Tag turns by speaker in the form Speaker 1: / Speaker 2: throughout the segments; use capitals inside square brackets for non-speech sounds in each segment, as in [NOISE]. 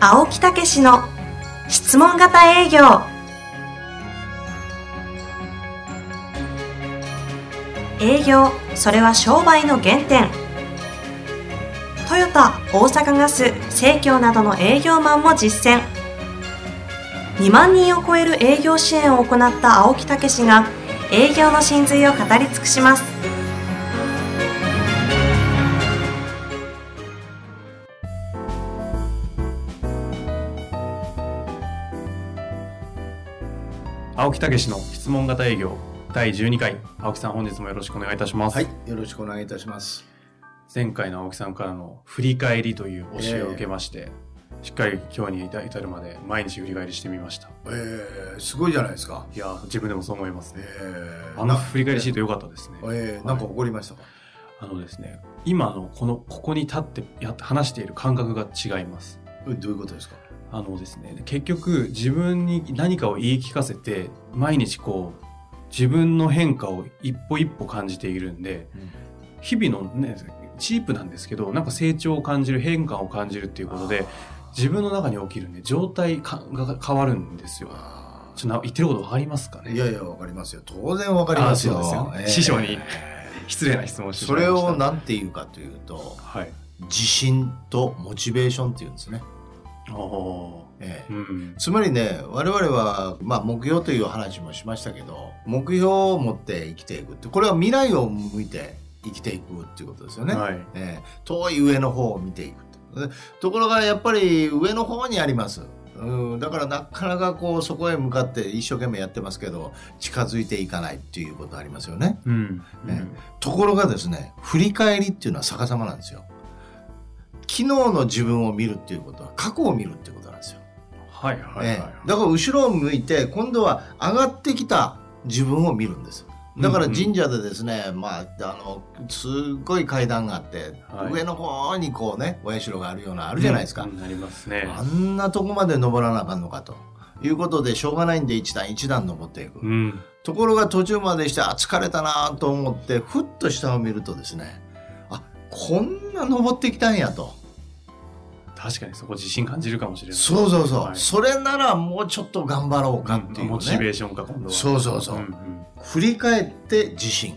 Speaker 1: 青木武しの質問型営業営業それは商売の原点トヨタ大阪ガス生協などの営業マンも実践2万人を超える営業支援を行った青木武氏が営業の真髄を語り尽くします
Speaker 2: 青木武の質問型営業第12回青木さん本日もよろしくお願いいたします、
Speaker 3: はい、よろしくお願いいたします。
Speaker 2: 前回の青木さんからの振り返りという教えを受けまして、しっかり今日に至るまで毎日振り返りしてみました
Speaker 3: えー、すごいじゃないですか。
Speaker 2: いやー自分でもそう思います
Speaker 3: え
Speaker 2: ね
Speaker 3: ー、
Speaker 2: あの振り返りシート良かったですね、
Speaker 3: えー、なんか怒りましたか。
Speaker 2: あのですね今のこのここに立ってや話している感覚が違います
Speaker 3: えどういうことですか。
Speaker 2: あのですね結局自分に何かを言い聞かせて毎日こう自分の変化を一歩一歩感じているんで、
Speaker 3: うん
Speaker 2: 日々のねチープなんですけどなんか成長を感じる変化を感じるっていうことで自分の中に起きるんで状態かが変わるんですよ
Speaker 3: あ
Speaker 2: ちょっとな言ってること分かりますか
Speaker 3: ー
Speaker 2: ね
Speaker 3: いやいや、わかりますよ。当然わかりますよ
Speaker 2: あ。そうですよ
Speaker 3: えー
Speaker 2: 師匠に失礼な質問をしてし
Speaker 3: そ
Speaker 2: まい
Speaker 3: れ
Speaker 2: ました
Speaker 3: をなんて言うかというと、
Speaker 2: はい
Speaker 3: 自信とモチベーションって言うんですね。
Speaker 2: あー
Speaker 3: えー
Speaker 2: うん
Speaker 3: つまりね我々は、まあ、目標という話もしましたけど目標を持って生きていくってこれは未来を向いて生きていくっていうことですよね。
Speaker 2: はい
Speaker 3: えー遠い上の方を見ていくと。でところがやっぱり上の方にあります。うん、だからなかなかこうそこへ向かって一生懸命やってますけど近づいていかないっていうことありますよね。
Speaker 2: うん
Speaker 3: ねところがですね振り返りっていうのは逆さまなんですよ。昨日の自分を見るっていうことは過去を見るっていうことなんですよ。
Speaker 2: はいはいはい
Speaker 3: え
Speaker 2: は
Speaker 3: えだから後ろを向いて今度は上がってきた自分を見るんですだから神社でですね、まあ、あのすごい階段があって、
Speaker 2: はい
Speaker 3: 上の方にこうねお社があるようなあ
Speaker 2: あ
Speaker 3: るじゃないですか、
Speaker 2: なりますね
Speaker 3: あんなとこまで登らなあかんのかということでしょうがないんで一段一段登っていく、
Speaker 2: うん
Speaker 3: ところが途中までしてあ疲れたなあと思ってふっと下を見るとですねあこんな登ってきたんやと。
Speaker 2: 確かにそこ自信感じるかもしれない
Speaker 3: そうそうそう、
Speaker 2: はい
Speaker 3: それならもうちょっと頑張ろうかっていうね、
Speaker 2: モチベーションか今度は
Speaker 3: そうそうそうん
Speaker 2: ん
Speaker 3: 振り返って自信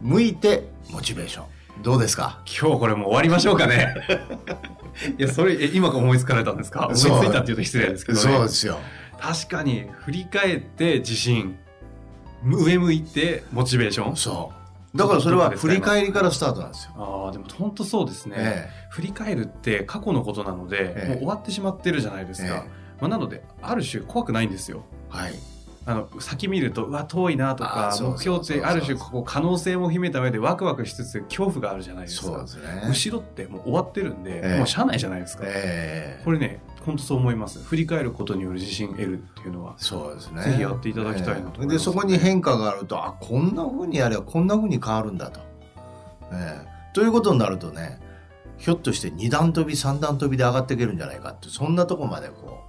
Speaker 3: 向いてモチベーションどうですか
Speaker 2: 今日これもう終わりましょうか
Speaker 3: [LAUGHS]
Speaker 2: ねいやそれえ今思いつかれたんですか思いつ
Speaker 3: そう
Speaker 2: いたっていうと失礼ですけど、
Speaker 3: そう
Speaker 2: ね
Speaker 3: で、すよ
Speaker 2: 確かに振り返って自信上向いてモチベーション
Speaker 3: そうだからそれは振り返りからスタートなんですよ、
Speaker 2: ああでも本当そうですね、
Speaker 3: え
Speaker 2: 振り返るって過去のことなので、
Speaker 3: ええ
Speaker 2: もう終わってしまってるじゃないで
Speaker 3: え
Speaker 2: すか、まあ、なのである種怖くないんですよ
Speaker 3: はい
Speaker 2: あの先見るとうわ遠いなと
Speaker 3: あー
Speaker 2: か
Speaker 3: そう
Speaker 2: 目標っ
Speaker 3: そうそう
Speaker 2: て
Speaker 3: そう
Speaker 2: ある種こう可能性も秘めた上でワクワクしつつ恐怖があるじゃないです
Speaker 3: そう
Speaker 2: か
Speaker 3: ですね
Speaker 2: 後ろってもう終わってるんで、
Speaker 3: ええ
Speaker 2: もう社内じゃないですか、
Speaker 3: ええ
Speaker 2: これね本当そう思います振り返ることによる自信得るっていうのは
Speaker 3: そうですね
Speaker 2: ぜひやっていただきたいなと思います
Speaker 3: ええでそこに変化があるとあこんなふうにやればこんなふうに変わるんだと、ええということになるとねひょっとして2段跳び3段跳びで上がっていけるんじゃないかってそんなとこまでこ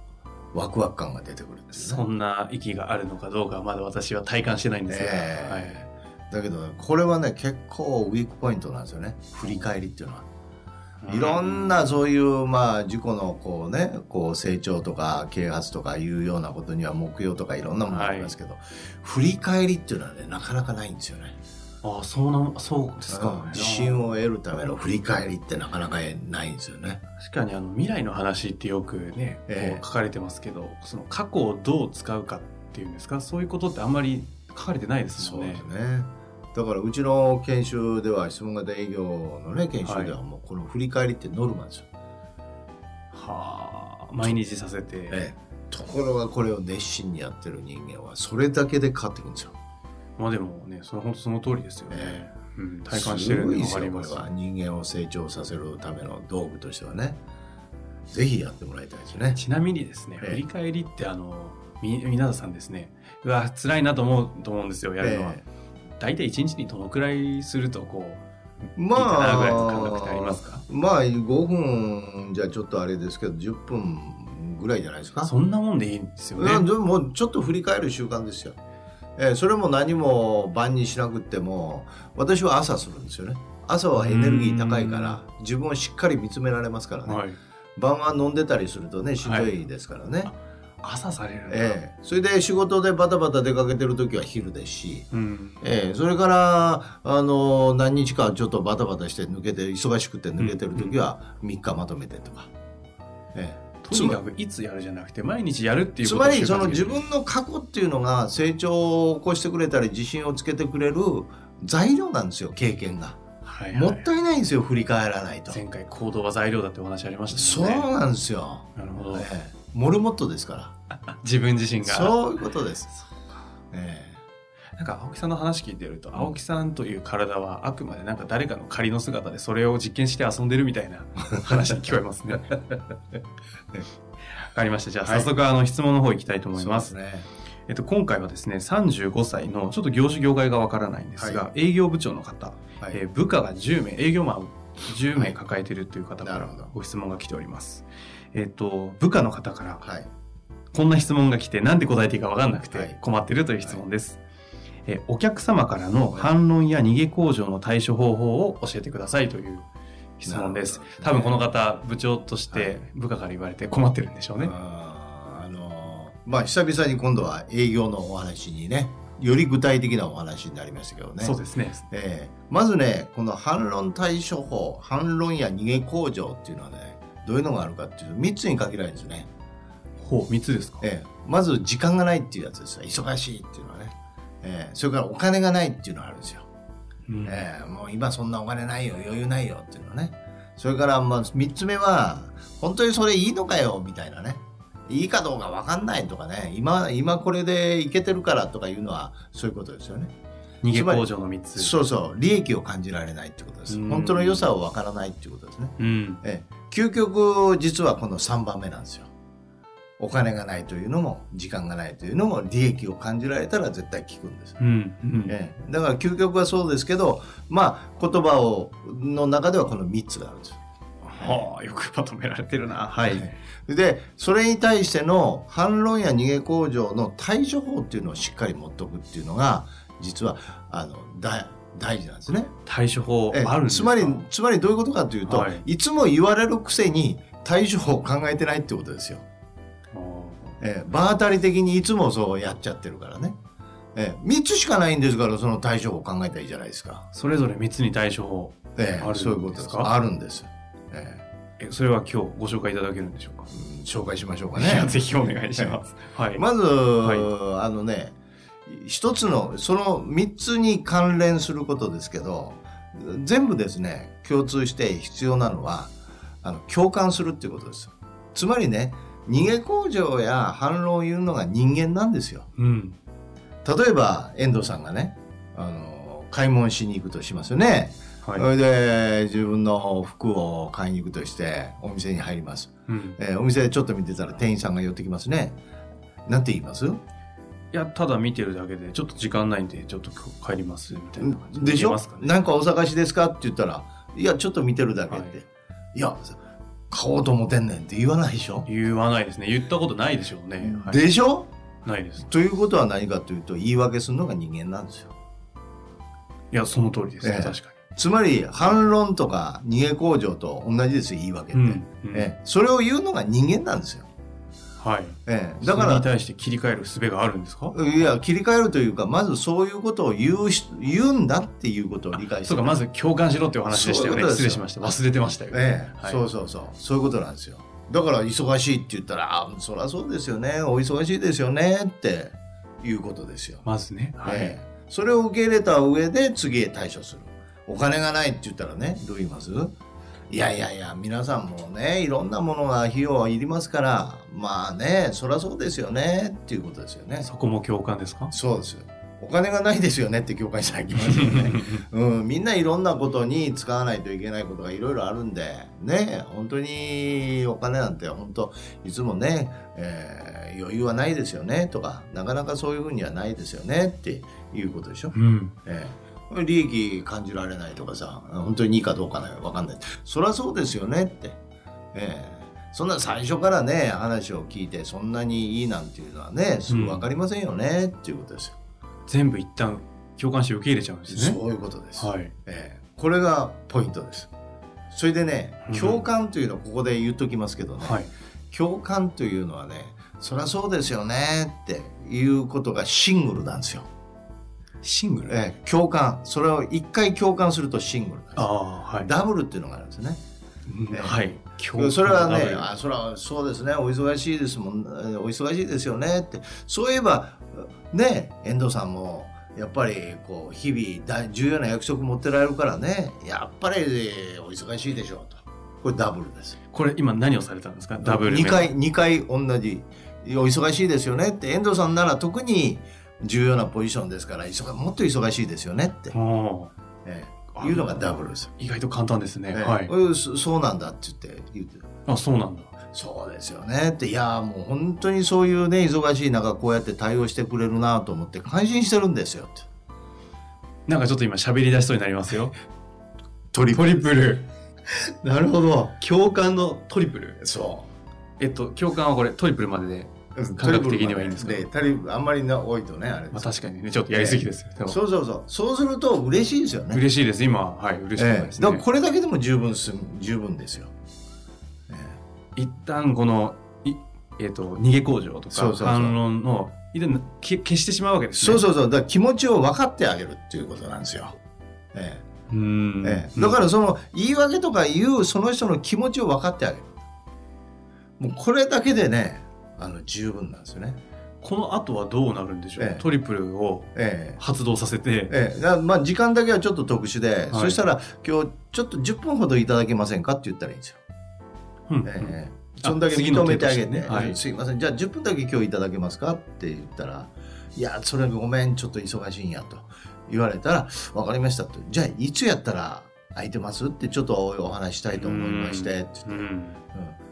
Speaker 3: うワクワク感が出てくるんですね
Speaker 2: そんな息があるのかどうかはまだ私は体感してないんですが、
Speaker 3: ええ
Speaker 2: はい
Speaker 3: だけどこれはね結構ウィークポイントなんですよね振り返りっていうのは。いろんなそういうまあ事故のこうねこう成長とか啓発とかいうようなことには目標とかいろんなものがありますけど、振り返りっていうのはねなかなかないんですよね。
Speaker 2: ああそうなんそうですか、
Speaker 3: うん自信を得るための振り返りってなかなかないんですよね。
Speaker 2: 確かにあの未来の話ってよくね、
Speaker 3: え
Speaker 2: こ
Speaker 3: え
Speaker 2: う書かれてますけどその過去をどう使うかっていうんですかそういうことってあんまり書かれてないです
Speaker 3: そ
Speaker 2: も
Speaker 3: うん
Speaker 2: ね
Speaker 3: ですね。だからうちの研修では質問型営業のね研修ではもうこの振り返りってノルマですよ。
Speaker 2: はあ毎日させて、
Speaker 3: ええところがこれを熱心にやってる人間はそれだけで変わってくるんですよ。
Speaker 2: まあでもねそれ本当その通りですよね、
Speaker 3: え
Speaker 2: うん、体感してるんで分
Speaker 3: す
Speaker 2: か
Speaker 3: ごい
Speaker 2: り
Speaker 3: で
Speaker 2: ますす
Speaker 3: よこれは人間を成長させるための道具としてはねぜひやってもらいたいですね
Speaker 2: ちなみにですね
Speaker 3: ええ
Speaker 2: 振り返りってあのみ皆さんですねうわ辛いなと思うと思うんですよやるのは、
Speaker 3: え
Speaker 2: 大体1日にどのくらいするとこ
Speaker 3: え
Speaker 2: ういい
Speaker 3: ま
Speaker 2: かな
Speaker 3: あ
Speaker 2: ぐらいの感覚ってありますか、
Speaker 3: まあ5分じゃちょっとあれですけど10分ぐらいじゃないですか
Speaker 2: そんなもんでいいんですよね、
Speaker 3: うんでももうちょっと振り返る習慣ですよ、ええそれも何も晩にしなくっても私は朝するんですよね朝はエネルギー高いから自分をしっかり見つめられますからね
Speaker 2: はい
Speaker 3: 晩は飲んでたりするとねしんどいですからね、
Speaker 2: 朝されるんだ、
Speaker 3: ええ、それで仕事でバタバタ出かけてる時は昼ですし、
Speaker 2: うん
Speaker 3: ええ、それからあの何日かちょっとバタバタして抜けて忙しくて抜けてる時は3日まとめてとか、ええ、
Speaker 2: とにかくいつやるじゃなくて毎日やるっていう
Speaker 3: つ
Speaker 2: こと
Speaker 3: ま
Speaker 2: を
Speaker 3: りその
Speaker 2: 習慣づけ
Speaker 3: 自
Speaker 2: て
Speaker 3: 分の過去っていうのが成長を起こしてくれたり自信をつけてくれる材料なんですよ経験が、
Speaker 2: はいはい
Speaker 3: もったいないんですよ振り返らないと、
Speaker 2: 前回行動は材料だってお話ありました
Speaker 3: そう
Speaker 2: もんね
Speaker 3: なんですよ、
Speaker 2: なるほど、
Speaker 3: ええ、モルモットですか
Speaker 2: 自分自身
Speaker 3: ら
Speaker 2: が
Speaker 3: そういうことです、ええ
Speaker 2: なんか青木さんの話聞いてると、青木さんという体はあくまでなんか誰かの仮の姿でそれを実験して遊んでるみたい
Speaker 3: [LAUGHS]
Speaker 2: な話に聞こえますね。わかりました。じゃあ
Speaker 3: はい
Speaker 2: 早速あの質問の方行きたいと思います。
Speaker 3: そうですね
Speaker 2: えっと今回はですね、35歳のちょっと業種業界がわからないんですが、
Speaker 3: は
Speaker 2: 営業部長の方、
Speaker 3: はい
Speaker 2: えー部下が10名、営業マン10
Speaker 3: は
Speaker 2: 名
Speaker 3: い
Speaker 2: 抱えてるという方か
Speaker 3: な
Speaker 2: ら
Speaker 3: るほど
Speaker 2: ご質問が来ております。えっと部下の方から
Speaker 3: はい
Speaker 2: こんな質問が来て、なんで答えていいか分かんなく
Speaker 3: は
Speaker 2: て
Speaker 3: い
Speaker 2: 困ってるという質問です。え、お客様からの反論や逃げ工場の対処方法を教えてくださいという質問です
Speaker 3: なる。ほど
Speaker 2: 多分この方、部長とし
Speaker 3: は
Speaker 2: て
Speaker 3: い
Speaker 2: 部下から言われて困ってるんでしょうね。
Speaker 3: あーあのーまあ久々に今度は営業のお話にねより具体的なお話になりましたけどね
Speaker 2: そうですね。
Speaker 3: ええまずねこの反論対処法反論や逃げ工場っていうのはねどういうのがあるかっていうと3つに限られるんですよね、
Speaker 2: ほう、3つですか。
Speaker 3: ええまず時間がないっていうやつですよ忙しいっていうのはね、ええそれからお金がないっていうのがあるんですよ
Speaker 2: うん
Speaker 3: えーもう今そんなお金ないよ余裕ないよっていうのねそれからまあ3つ目は本当にそれいいのかよみたいなねいいかどうか分かんないとかね今今これでいけてるからとかいうのはそういうことですよね
Speaker 2: 逃げ工場の3つ。
Speaker 3: そうそう利益を感じられないってことです
Speaker 2: うん
Speaker 3: 本当の良さを分からないっていうことですね
Speaker 2: うん。
Speaker 3: えー究極実はこの3番目なんですよお金がないというのも時間がないというのも利益を感じられたら絶対効くんです
Speaker 2: うん。うん。
Speaker 3: ええ、だから究極はそうですけど、まあ、言葉をの中ではこの3つがあるんですよ。
Speaker 2: はあ、よくまとめられてるな。はい。
Speaker 3: でそれに対しての反論や逃げ工場の対処法っていうのをしっかり持っておくっていうのが実はあのだ大事なんですね。
Speaker 2: 対処法
Speaker 3: ええ
Speaker 2: あるんです
Speaker 3: つ
Speaker 2: か
Speaker 3: まりつまりどういうことかというと、、
Speaker 2: はい
Speaker 3: つも言われるくせに対処法を考えてないってことですよ。
Speaker 2: あ
Speaker 3: ええ、場当たり的にいつもそうやっちゃってるからね。ええ、3つしかないんですからその対処法を考えたらいいじゃないですか。
Speaker 2: ーそれぞれ3つに対処法。
Speaker 3: え
Speaker 2: あるんですか
Speaker 3: え、そういうことですか。あるんです。え
Speaker 2: え、それは今日ご紹介いただけるんでしょうか
Speaker 3: えうん紹介しましょうか
Speaker 2: いや
Speaker 3: ね。
Speaker 2: ぜひお願いします。はい。
Speaker 3: まず、
Speaker 2: は
Speaker 3: あのね、一つの、その三つに関連することですけど、全部ですね、共通して必要なのは、あの、共感するっていうことです。つまりね、逃げ工場や反論を言うのが人間なんですよ。
Speaker 2: うん。
Speaker 3: 例えば、遠藤さんがね、あの、買い物しに行くとしますよね。
Speaker 2: は
Speaker 3: それで自分の服を買いに行くとしてお店に入ります、
Speaker 2: うん、
Speaker 3: えーお店でちょっと見てたら店員さんが寄ってきますねなんて言います
Speaker 2: いやただ見てるだけでちょっと時間ないんでちょっと今日帰りますみたいな感じ
Speaker 3: でし
Speaker 2: 見え
Speaker 3: ょ
Speaker 2: ますかね
Speaker 3: なんかお探しですかって言ったらいやちょっと見てるだけって、
Speaker 2: はい
Speaker 3: い、や買おうと思ってんねんって言わないでしょ、
Speaker 2: 言わないですね言ったことないでしょうね、はい、
Speaker 3: でしょ
Speaker 2: ないです
Speaker 3: ということは何かというと言い訳するのが人間なんですよ
Speaker 2: いやその通りですね、
Speaker 3: ええ
Speaker 2: 確か
Speaker 3: つまり反論とか逃げ工場と同じですよ言い訳って、
Speaker 2: に、うんうん
Speaker 3: えーそれを言うのが人間なんですよ、
Speaker 2: はい
Speaker 3: えー
Speaker 2: だ
Speaker 3: だ
Speaker 2: か
Speaker 3: からら
Speaker 2: に対して切り替える術があるんですか
Speaker 3: いや切り替えるというかまずそういうことを言うし言うんだっていうことを理解して
Speaker 2: そうかまず共感しろっていうお話でしたよね
Speaker 3: そういうことです
Speaker 2: 失
Speaker 3: よ
Speaker 2: 礼しました忘れてましたよ、
Speaker 3: ええ
Speaker 2: はい
Speaker 3: そうそうそうそういうことなんですよだから忙しいって言ったらあそりゃそうですよねお忙しいですよねっていうことですよ、
Speaker 2: まずねはい、
Speaker 3: ええそれを受け入れた上で次へ対処するお金がないって言ったらねどう言いますいやいやいや皆さんもねいろんなものが費用はいりますからまあねそりゃそうですよねっていうことですよね
Speaker 2: そこも共感ですか
Speaker 3: そうですお金がないですよねって教会さん来ますよね、うん、みんないろんなことに使わないといけないことがいろいろあるんでね本当にお金なんて本当いつもね、えー余裕はないですよねとかなかなかそういうふうにはないですよねっていうことでしょ、
Speaker 2: うん
Speaker 3: ええ利益感じられないとかさ本当にいいかどうかわかんないそりゃそうですよねって、ええそんな最初からね話を聞いてそんなにいいなんていうのはねすぐ分かりませんよね、っていうことですよ
Speaker 2: 全部一旦共感して受け入れちゃうんですね
Speaker 3: そういうことです、
Speaker 2: はい
Speaker 3: ええこれがポイントですそれでね
Speaker 2: うん
Speaker 3: 共感というのはここで言っときますけどね、
Speaker 2: はい。
Speaker 3: 共感というのはねそりゃそうですよねっていうことがシングルなんですよ、
Speaker 2: シングル。
Speaker 3: ええ共感それを一回共感するとシングルなんです
Speaker 2: ああ、はい。
Speaker 3: ダブルっていうのがあるんですね
Speaker 2: うん
Speaker 3: ええ
Speaker 2: はい。
Speaker 3: それは
Speaker 2: 共
Speaker 3: ね
Speaker 2: 感があ
Speaker 3: あそれはそうですねお忙しいですもんえーお忙しいですよねってそういえばね遠藤さんもやっぱりこう日々大重要な役職持ってられるからねやっぱりえーお忙しいでしょうとこれダブルです
Speaker 2: るこれ今何をされたんですかダブル。
Speaker 3: 2。回2回同じ「お忙しいですよね」って遠藤さんなら特に重要なポジションですから忙もっと忙しいですよねって、
Speaker 2: おー
Speaker 3: え
Speaker 2: あ
Speaker 3: えいうのがダブルです、
Speaker 2: 意外と簡単ですね。
Speaker 3: ええ
Speaker 2: はい。
Speaker 3: うんそそうなんだって言って言って
Speaker 2: あ、そうなんだ。
Speaker 3: そうですよねっていやーもう本当にそういうね忙しい中こうやって対応してくれるなと思って感心してるんですよって
Speaker 2: なんかちょっと今喋り出しそうになりますよ。
Speaker 3: トリ
Speaker 2: トリプル。
Speaker 3: なるほど
Speaker 2: 共感のトリプル。
Speaker 3: そ
Speaker 2: えっと、共感はこれトリプルまでで。
Speaker 3: う
Speaker 2: 感覚的にはいいんですか
Speaker 3: トリプルまでトリプルあんまりな多いとねあれ
Speaker 2: ま
Speaker 3: で
Speaker 2: あ
Speaker 3: す、
Speaker 2: 確かにね、ちょっとやりすぎですよ。でも
Speaker 3: そうそうそうそうすると嬉しいですよね
Speaker 2: 嬉しいです。今は、はい、嬉しくない
Speaker 3: え
Speaker 2: で
Speaker 3: え、
Speaker 2: す
Speaker 3: だ
Speaker 2: ね。
Speaker 3: からこれだけでも十分す十分ですよ。え
Speaker 2: 一旦この、いえっと、逃げ工場と
Speaker 3: そ
Speaker 2: か、
Speaker 3: うそうそう
Speaker 2: 反論の、一旦け消してしまうわけで
Speaker 3: え
Speaker 2: すね。
Speaker 3: そうそうそうだから気持ちを分かってあげるっていうことなんですよ。え
Speaker 2: うーん。
Speaker 3: えええ、だからその言い訳とか言うその人の気持ちを分かってあげる。もうこれだけでねあの十分なんですよね。
Speaker 2: この後はどうなるんでしょう、
Speaker 3: ええ
Speaker 2: トリプルを
Speaker 3: ええ
Speaker 2: 発動させて、
Speaker 3: ええ、だからまあ時間だけはちょっと特殊で、
Speaker 2: い
Speaker 3: そしたら今日ちょっと10分ほどいただけませんかって言ったらいいんですよ。
Speaker 2: うん
Speaker 3: え
Speaker 2: うん
Speaker 3: えそんだけ
Speaker 2: 次の
Speaker 3: 認めてあげて、
Speaker 2: 手としてねはい
Speaker 3: すいません、じゃあ10分だけ今日いただけますかって言ったら、いや、それごめん、ちょっと忙しいんやと言われたら、わかりましたと。じゃあいつやったら空いてますってちょっとお話したいと思いまして、
Speaker 2: う
Speaker 3: って言って
Speaker 2: ん
Speaker 3: うん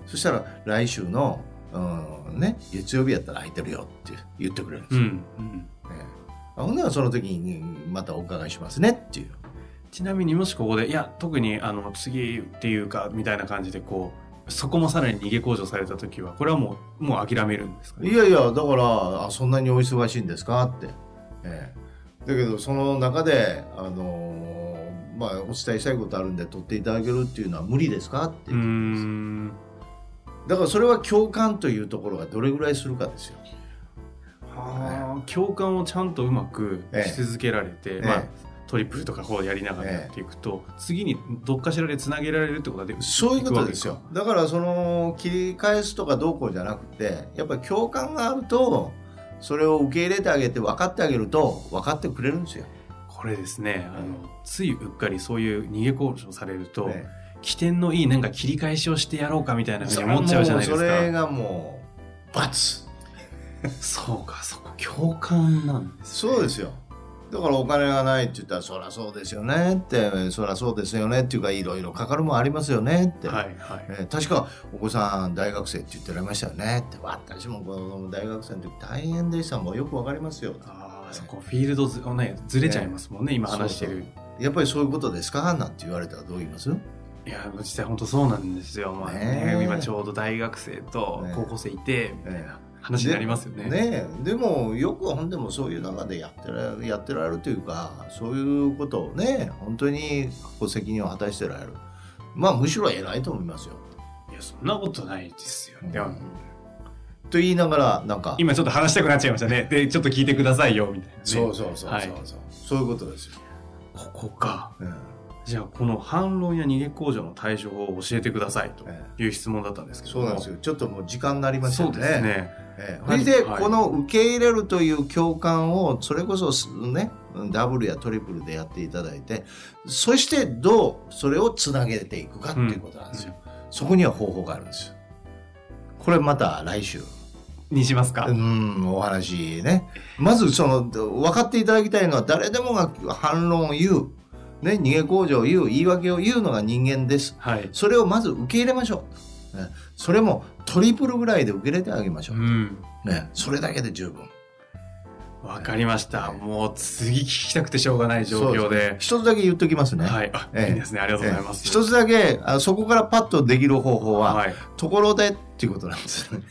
Speaker 3: そしたら来週の、うんね、月曜日やったら空いてるよって言ってくれるんで
Speaker 2: う
Speaker 3: すよ。
Speaker 2: んうん
Speaker 3: ええあほんならその時にまたお伺いしますねっていう。
Speaker 2: ちなみにもしここでいや特にあの次っていうかみたいな感じでこうそこもさらに逃げ工場された時はこれはもうもう諦めるんですかね
Speaker 3: いやいやだからあそんなにお忙しいんですかって、ええだけどその中で、あのーまあ、お伝えしたいことあるんで取っていただけるっていうのは無理ですかって
Speaker 2: うーん
Speaker 3: だからそれは共感というところがどれぐらいするかですよ。
Speaker 2: はあ共感をちゃんとうまくし続けられて、
Speaker 3: ええ
Speaker 2: まあ、トリプルとかこうやりながらやっていくと、次にどっかしらでつなげられるってことはで
Speaker 3: そういうことですよ。だからその切り返すとかどうこうじゃなくてやっぱり共感があるとそれを受け入れてあげて分かってあげると分かってくれるんですよ。
Speaker 2: これですねあのついうっかりそういう逃げ工場されると、
Speaker 3: え
Speaker 2: 起点のいいなんか切り返しをしてやろうかみたい
Speaker 3: え
Speaker 2: なふうに思っちゃうじゃないです
Speaker 3: それ
Speaker 2: か
Speaker 3: がもう罰
Speaker 2: そうかそこ共感なんです
Speaker 3: そうですよ。だからお金がないって言ったら、そりゃそうですよねって、そりゃそうですよねっていうか、いろいろかかるもんありますよねって。
Speaker 2: はいはい
Speaker 3: えー確かお子さん大学生って言ってられましたよねって私も子供大学生の時大変でしたもうよくわかりますよ
Speaker 2: あーそこフィールドず,、ね、ずれちゃいますもんね、今話してる
Speaker 3: やっぱりそういうことですかなんて言われたらどう言います
Speaker 2: いや実際本当そうなんですよ、まあね
Speaker 3: ねえ
Speaker 2: 今ちょうど大学生と
Speaker 3: ねえ
Speaker 2: 高校生いて、みたいな話になりますよね
Speaker 3: ねえでもよくほんでもそういう中でやってらやってられるというかそういうことをね本当にこう責任を果たしてられるまあむしろ偉いと思いますよ
Speaker 2: いやそんなことないですよ、でも
Speaker 3: と言いながらなんか
Speaker 2: 今ちょっと話したくなっちゃいましたねでちょっと聞いてくださいよみたいなね、
Speaker 3: そうそうそうそうそう、
Speaker 2: はい
Speaker 3: そういうことですよ、
Speaker 2: ここか
Speaker 3: うん
Speaker 2: じゃあこの反論や逃げ工場の対処法を教えてくださいと
Speaker 3: ええ
Speaker 2: いう質問だったんですけど
Speaker 3: そうなんです
Speaker 2: よ
Speaker 3: よちょっともう時間になりまし
Speaker 2: そ
Speaker 3: たよ
Speaker 2: う
Speaker 3: ね
Speaker 2: ですね
Speaker 3: ええ
Speaker 2: はい
Speaker 3: それで、
Speaker 2: はい
Speaker 3: この受け入れるという共感をそれこそすねダブルやトリプルでやっていただいてそしてどうそれをつなげていくかっていうことなんですよ、そこには方法があるんですよこれまた来週
Speaker 2: にしますか、
Speaker 3: うんお話ねまずその分かっていただきたいのは誰でもが反論を言う、ね、逃げ工場を言う言い訳を言うのが人間です
Speaker 2: はい
Speaker 3: それをまず受け入れましょう。ねそれもトリプルぐらいで受け入れてあげましょ
Speaker 2: う
Speaker 3: う。
Speaker 2: ん
Speaker 3: ね、それだけで十分。
Speaker 2: わかりました、もう次聞きたくてしょうがない状況で
Speaker 3: 一つだけ言っときますね。
Speaker 2: はいあ、
Speaker 3: ええ
Speaker 2: いいですねありがとうございます、
Speaker 3: ええ一つだけあそこからパッとできる方法は、
Speaker 2: はい、
Speaker 3: ところでっていうことなんですよね。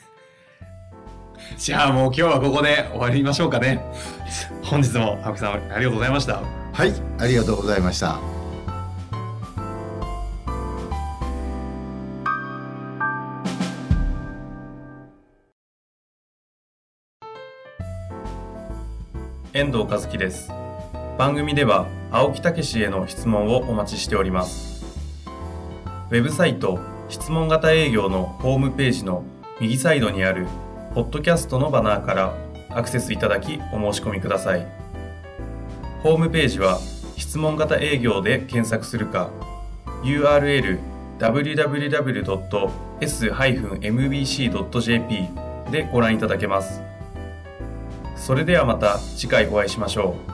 Speaker 2: じゃあもう今日はここで終わりましょうかね本日も青木さんありがとうございました
Speaker 3: はい、ありがとうございました。
Speaker 4: 遠藤和樹です番組では青木武氏への質問をお待ちしておりますウェブサイト質問型営業のホームページの右サイドにあるポッドキャストのバナーからアクセスいただきお申し込みくださいホームページは質問型営業で検索するか URL www.s-mbc.jp でご覧いただけますそれではまた次回お会いしましょう